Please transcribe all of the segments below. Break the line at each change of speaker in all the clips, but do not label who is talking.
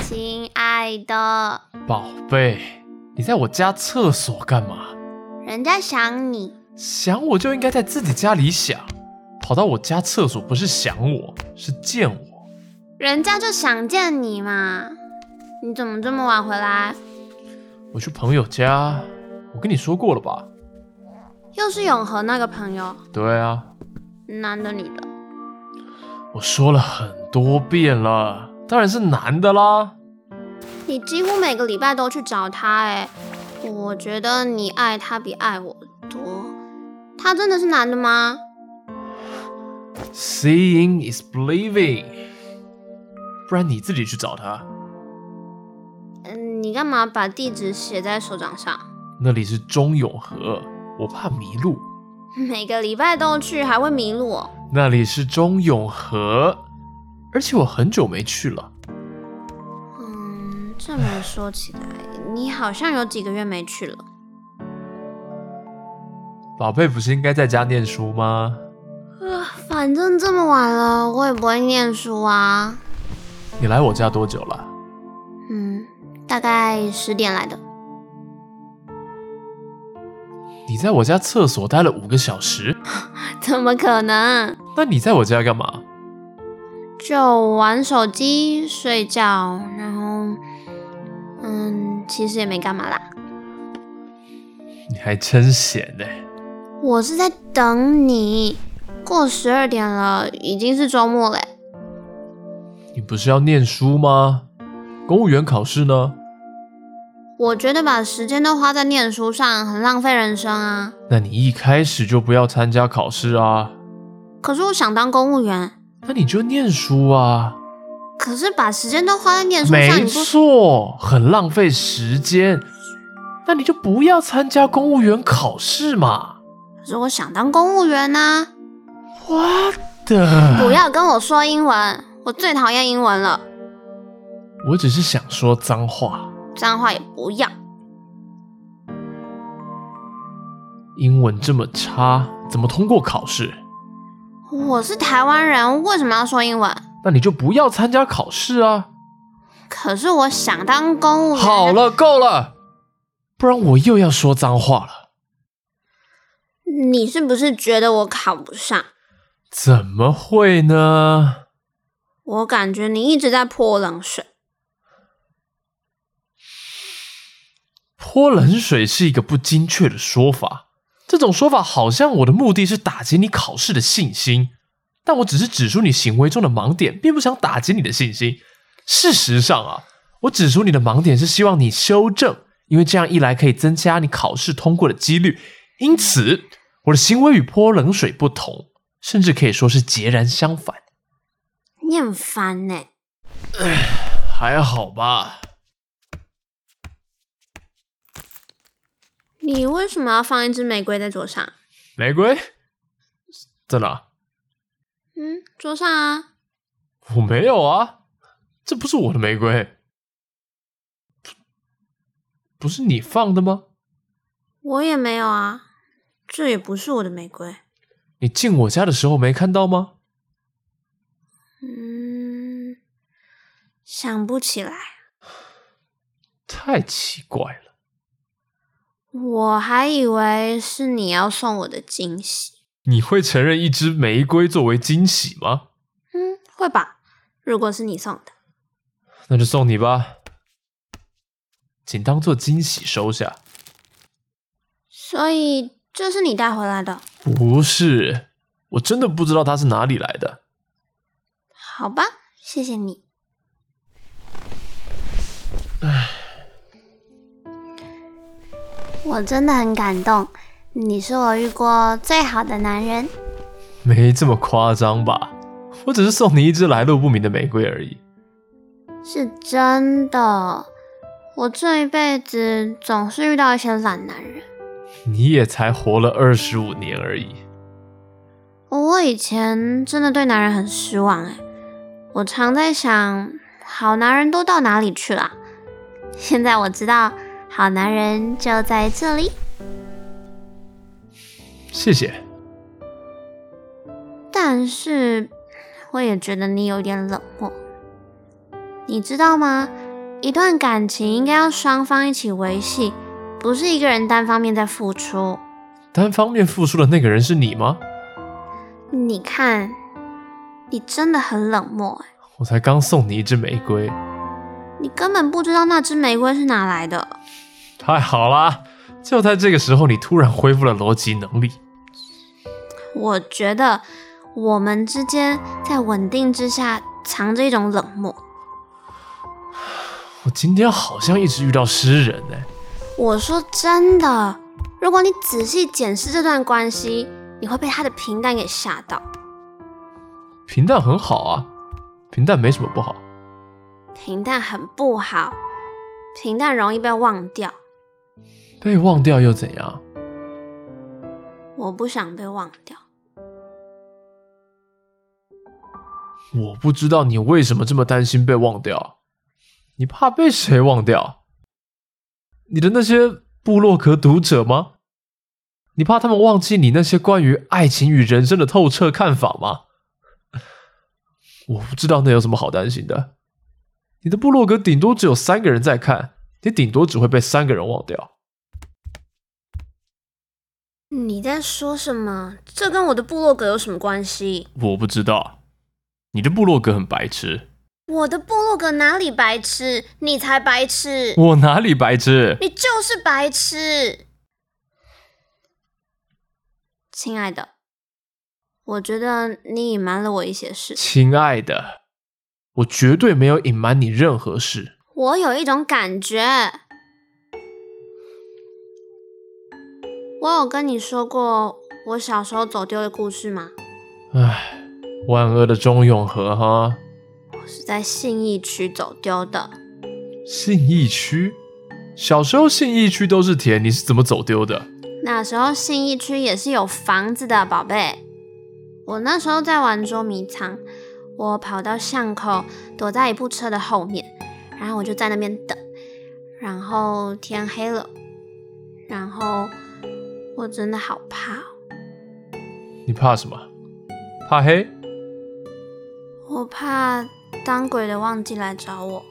亲爱的，
宝贝，你在我家厕所干嘛？
人家想你，
想我就应该在自己家里想，跑到我家厕所不是想我，是见我。
人家就想见你嘛。你怎么这么晚回来？
我去朋友家，我跟你说过了吧？
又是永和那个朋友，
对啊，
男的女的？
我说了很多遍了，当然是男的啦。
你几乎每个礼拜都去找他哎、我觉得你爱他比爱我多。他真的是男的吗？
Seeing is believing，不然你自己去找他，
嗯，你干嘛把地址写在手掌上？
那里是中永和，我怕迷路。
每个礼拜都去，还会迷路、哦。
那里是中永和，而且我很久没去了。
嗯，这么说起来，你好像有几个月没去了。
宝贝不是应该在家念书吗？
反正这么晚了，我也不会念书啊。
你来我家多久了？
嗯，大概十点来的。
你在我家厕所待了五个小时，
怎么可能？
那你在我家干嘛？
就玩手机、睡觉，然后，嗯，其实也没干嘛啦。
你还真闲呢、
我是在等你。过十二点了，已经是周末嘞。
你不是要念书吗？公务员考试呢？
我觉得把时间都花在念书上，很浪费人生啊。
那你一开始就不要参加考试啊，
可是我想当公务员，
那你就念书啊。
可是把时间都花在念书上，你
没
不
错，很浪费时间。那你就不要参加公务员考试嘛。
可是我想当公务员啊呢、
我
不
的，
要跟我说英文，我最讨厌英文了，
我只是想说脏话，
脏话也不要。
英文这么差，怎么通过考试？
我是台湾人，为什么要说英文？
那你就不要参加考试啊。
可是我想当公务员。
好，了，够了，不然我又要说脏话了。
你是不是觉得我考不上？
怎么会呢？
我感觉你一直在泼我冷水。
泼冷水是一个不精确的说法，这种说法好像我的目的是打击你考试的信心，但我只是指出你行为中的盲点，并不想打击你的信心。事实上啊，我指出你的盲点是希望你修正，因为这样一来可以增加你考试通过的几率。因此，我的行为与泼冷水不同，甚至可以说是截然相反。
你很烦呢、
还好吧？
你为什么要放一支玫瑰在桌上？
玫瑰啊在哪？
嗯，桌上啊。
我没有啊，这不是我的玫瑰，不不是你放的吗？
我也没有啊，这也不是我的玫瑰。
你进我家的时候没看到吗？
嗯，想不起来。
太奇怪了，
我还以为是你要送我的惊喜。
你会承认一支玫瑰作为惊喜吗？
嗯，会吧？如果是你送的，
那就送你吧，请当做惊喜收下。
所以这是你带回来的，
不是，我真的不知道它是哪里来的。
好吧？谢谢你。我真的很感动，你是我遇过最好的男人。
没这么夸张吧？我只是送你一支来路不明的玫瑰而已。
是真的，我这一辈子总是遇到一些懒男人。
你也才活了二十五年而已。
我以前真的对男人很失望哎、我常在想，好男人都到哪里去了？现在我知道，好男人就在这里。
谢谢。
但是，我也觉得你有点冷漠。你知道吗？一段感情应该要双方一起维系，不是一个人单方面在付出。
单方面付出的那个人是你吗？
你看，你真的很冷漠欸，
我才刚送你一支玫瑰，
你根本不知道那支玫瑰是哪来的。
太好啦！就在这个时候，你突然恢复了逻辑能力。
我觉得我们之间在稳定之下藏着一种冷漠。
我今天好像一直遇到诗人哎、
我说真的，如果你仔细检视这段关系，你会被他的平淡给吓到。
平淡很好啊，平淡没什么不好。
平淡很不好，平淡容易被忘掉。
被忘掉又怎样？
我不想被忘掉。
我不知道你为什么这么担心被忘掉，你怕被谁忘掉？你的那些布洛克读者吗？你怕他们忘记你那些关于爱情与人生的透彻看法吗？我不知道那有什么好担心的。你的部落格顶多只有三个人在看，你顶多只会被三个人忘掉。
你在说什么？这跟我的部落格有什么关系？
我不知道，你的部落格很白痴，
我的部落格哪里白痴？你才白痴！
我哪里白痴？
你就是白痴！亲爱的，我觉得你隐瞒了我一些事。
亲爱的，我绝对没有隐瞒你任何事。
我有一种感觉，我有跟你说过我小时候走丢的故事吗？
唉，万恶的钟永和哈，
我是在信义区走丢的。
信义区，小时候信义区都是田，你是怎么走丢的？
那时候信义区也是有房子的，宝贝。我那时候在玩捉迷藏，我跑到巷口，躲在一部车的后面，然后我就在那边等，然后天黑了，然后我真的好怕哦、
你怕什么？怕黑？
我怕当鬼的忘记来找我。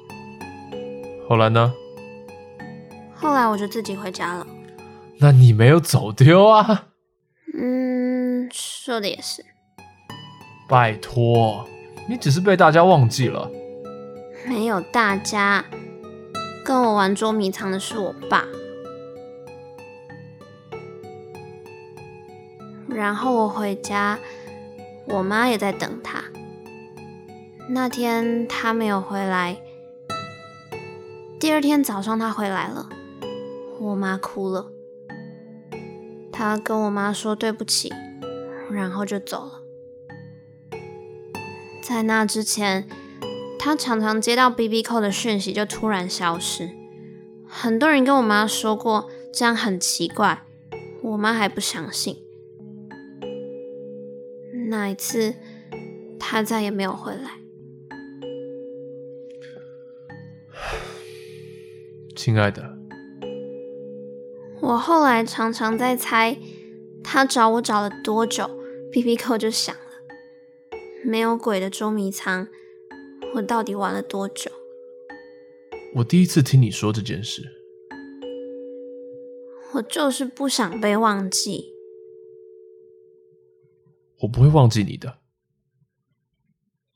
后来呢？
后来我就自己回家了。
那你没有走丢啊？
嗯，说的也是。
拜托，你只是被大家忘记了。
没有大家，跟我玩捉迷藏的是我爸。然后我回家，我妈也在等他。那天他没有回来，第二天早上他回来了，我妈哭了。他跟我妈说对不起，然后就走了。在那之前，他常常接到 B B 扣的讯息就突然消失。很多人跟我妈说过这样很奇怪，我妈还不相信。那一次，他再也没有回来。
亲爱的，
我后来常常在猜，他找我找了多久，B B 扣就响了。没有鬼的捉迷藏，我到底玩了多久？
我第一次听你说这件事。
我就是不想被忘记。
我不会忘记你的。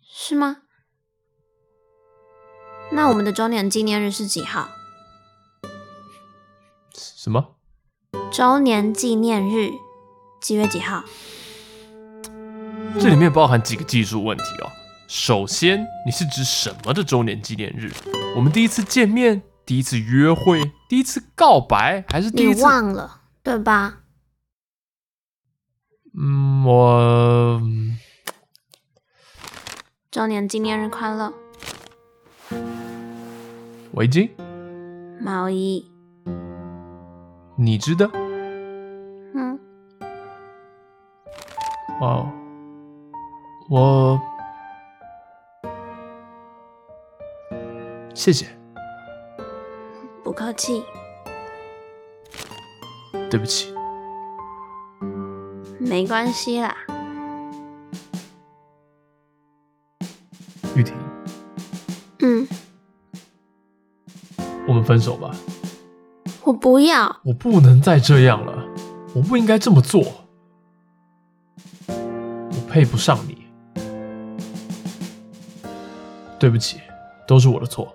是吗？那我们的周年纪念日是几号？
什么？
周年纪念日几月几号？
这里面包含几个技术问题哦。首先，你是指什么的周年纪念日？我们第一次见面、第一次约会、第一次告白，还是第
你
一次？
忘了对吧？
嗯，我嗯
周年纪念日快乐，
围巾，
毛衣。
你织的？
嗯，
哦，我谢谢，
不客气。
对不起。
没关系啦，
玉婷，
嗯，
分手吧。
我不要，
我不能再这样了，我不应该这么做，我配不上你。对不起，都是我的错，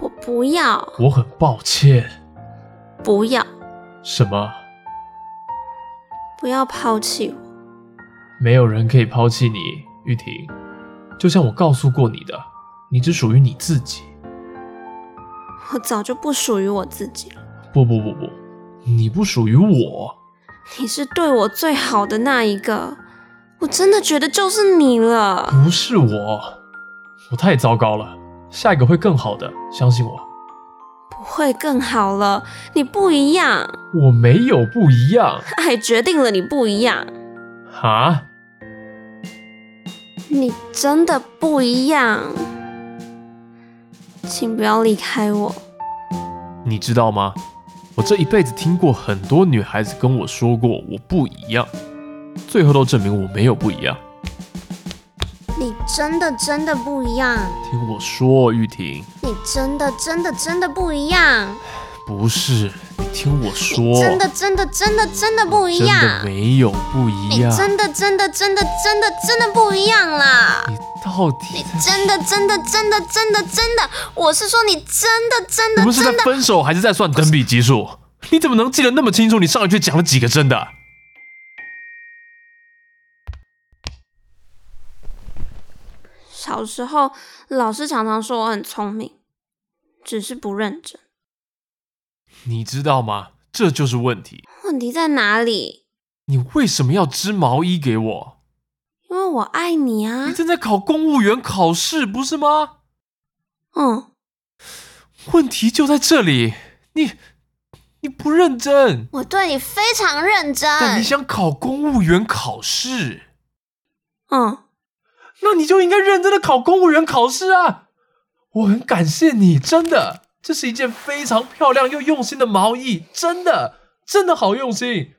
我不要，
我很抱歉。
不要，
什么？
不要抛弃我。
没有人可以抛弃你，玉婷。就像我告诉过你的，你只属于你自己。
我早就不属于我自己了。
不不不不，你不属于我。
你是对我最好的那一个，我真的觉得就是你了。
不是我，我太糟糕了。下一个会更好的，相信我。
不会更好了，你不一样，
我没有不一样
爱决定了你不一样，
哈，
你真的不一样。请不要离开我，
你知道吗？我这一辈子听过很多女孩子跟我说过我不一样，最后都证明我没有不一样。
你真的真的不一样，
听我说，玉婷，
你真的真的真的不一样，
不是，你听我说，
真的真的真的真的不一
真的
样，
没有不一
你
样。
真的真的真的真的真的不一样啦。
你到底在
真的，真的，真的，真的，真的，我是说你真的，真
我
的，
们是在
真的，
分手还是在算等比级数？你怎么能记得那么清楚？你上一句讲了几个真的？
小时候老师常常说我很聪明，只是不认真。
你知道吗？这就是问题。
问题在哪里？
你为什么要织毛衣给我？
因为我爱你啊
你。正在考公务员考试，不是吗？
嗯，
问题就在这里，你你不认真，
我对你非常认真。
但你想考公务员考试，
嗯，
那你就应该认真的考公务员考试啊！我很感谢你，真的，这是一件非常漂亮又用心的毛衣，真的，真的好用心，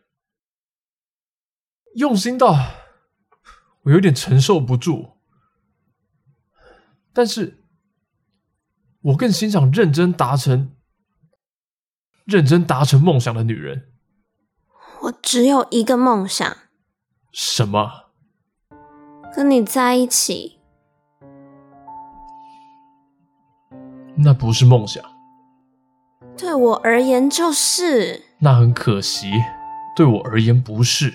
用心到我有点承受不住。但是，我更欣赏认真达成、认真达成梦想的女人。
我只有一个梦想，
什么？
跟你在一起。
那不是梦想，
对我而言就是。
那很可惜，对我而言不是。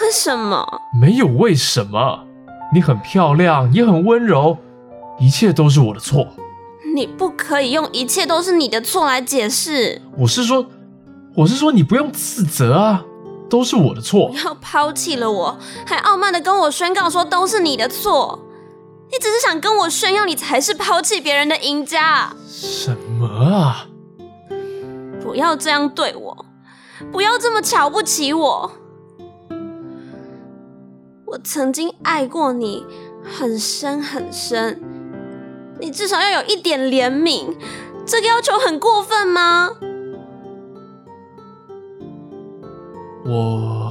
为什么？
没有为什么，你很漂亮，也很温柔，一切都是我的错。
你不可以用一切都是你的错来解释。
我是说，我是说你不用自责啊，都是我的错
不。要抛弃了我，还傲慢的跟我宣告说都是你的错。你只是想跟我炫耀，你才是抛弃别人的赢家。
什么啊？
不要这样对我，不要这么瞧不起我。我曾经爱过你，很深很深。你至少要有一点怜悯，这个要求很过分吗？
我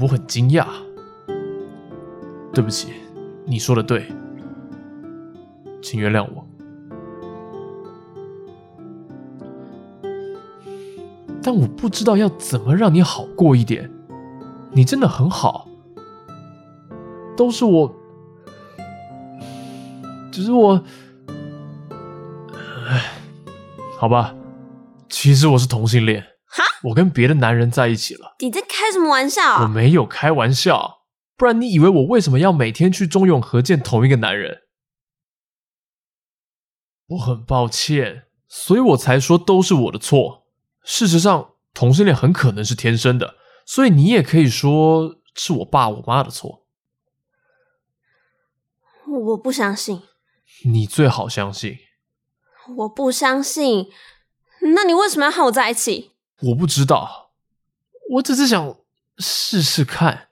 我很惊讶。对不起，你说的对，请原谅我。但我不知道要怎么让你好过一点。你真的很好，都是我，只是我，唉，好吧。其实我是同性恋，
哈，
我跟别的男人在一起了，
你在开什么玩笑
我
啊？
没有开玩笑，不然你以为我为什么要每天去中永和见同一个男人？我很抱歉，所以我才说都是我的错。事实上，同性恋很可能是天生的，所以你也可以说是我爸我妈的错。
我不相信。
你最好相信，
我不相信。那你为什么要和我在一起？
我不知道，我只是想试试看。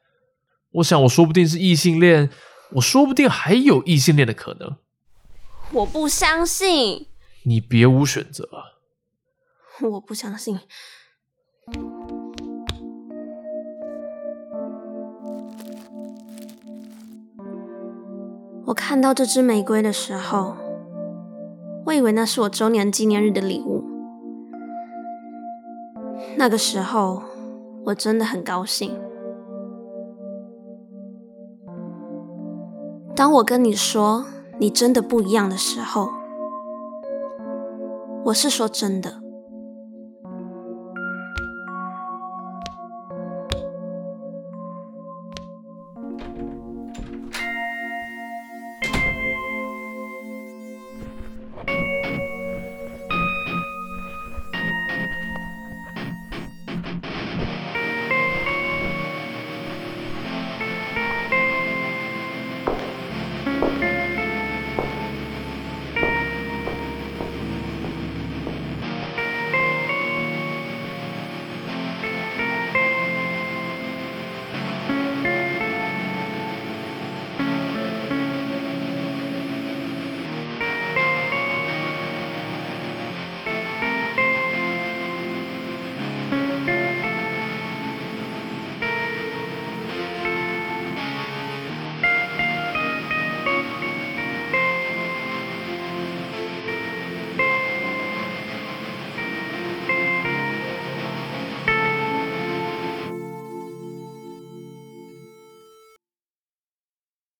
我想，我说不定是异性恋，我说不定还有异性恋的可能。
我不相信，
你别无选择。啊
我不相信。我看到这支玫瑰的时候，我以为那是我周年纪念日的礼物。那个时候，我真的很高兴。当我跟你说你真的不一样的时候，我是说真的。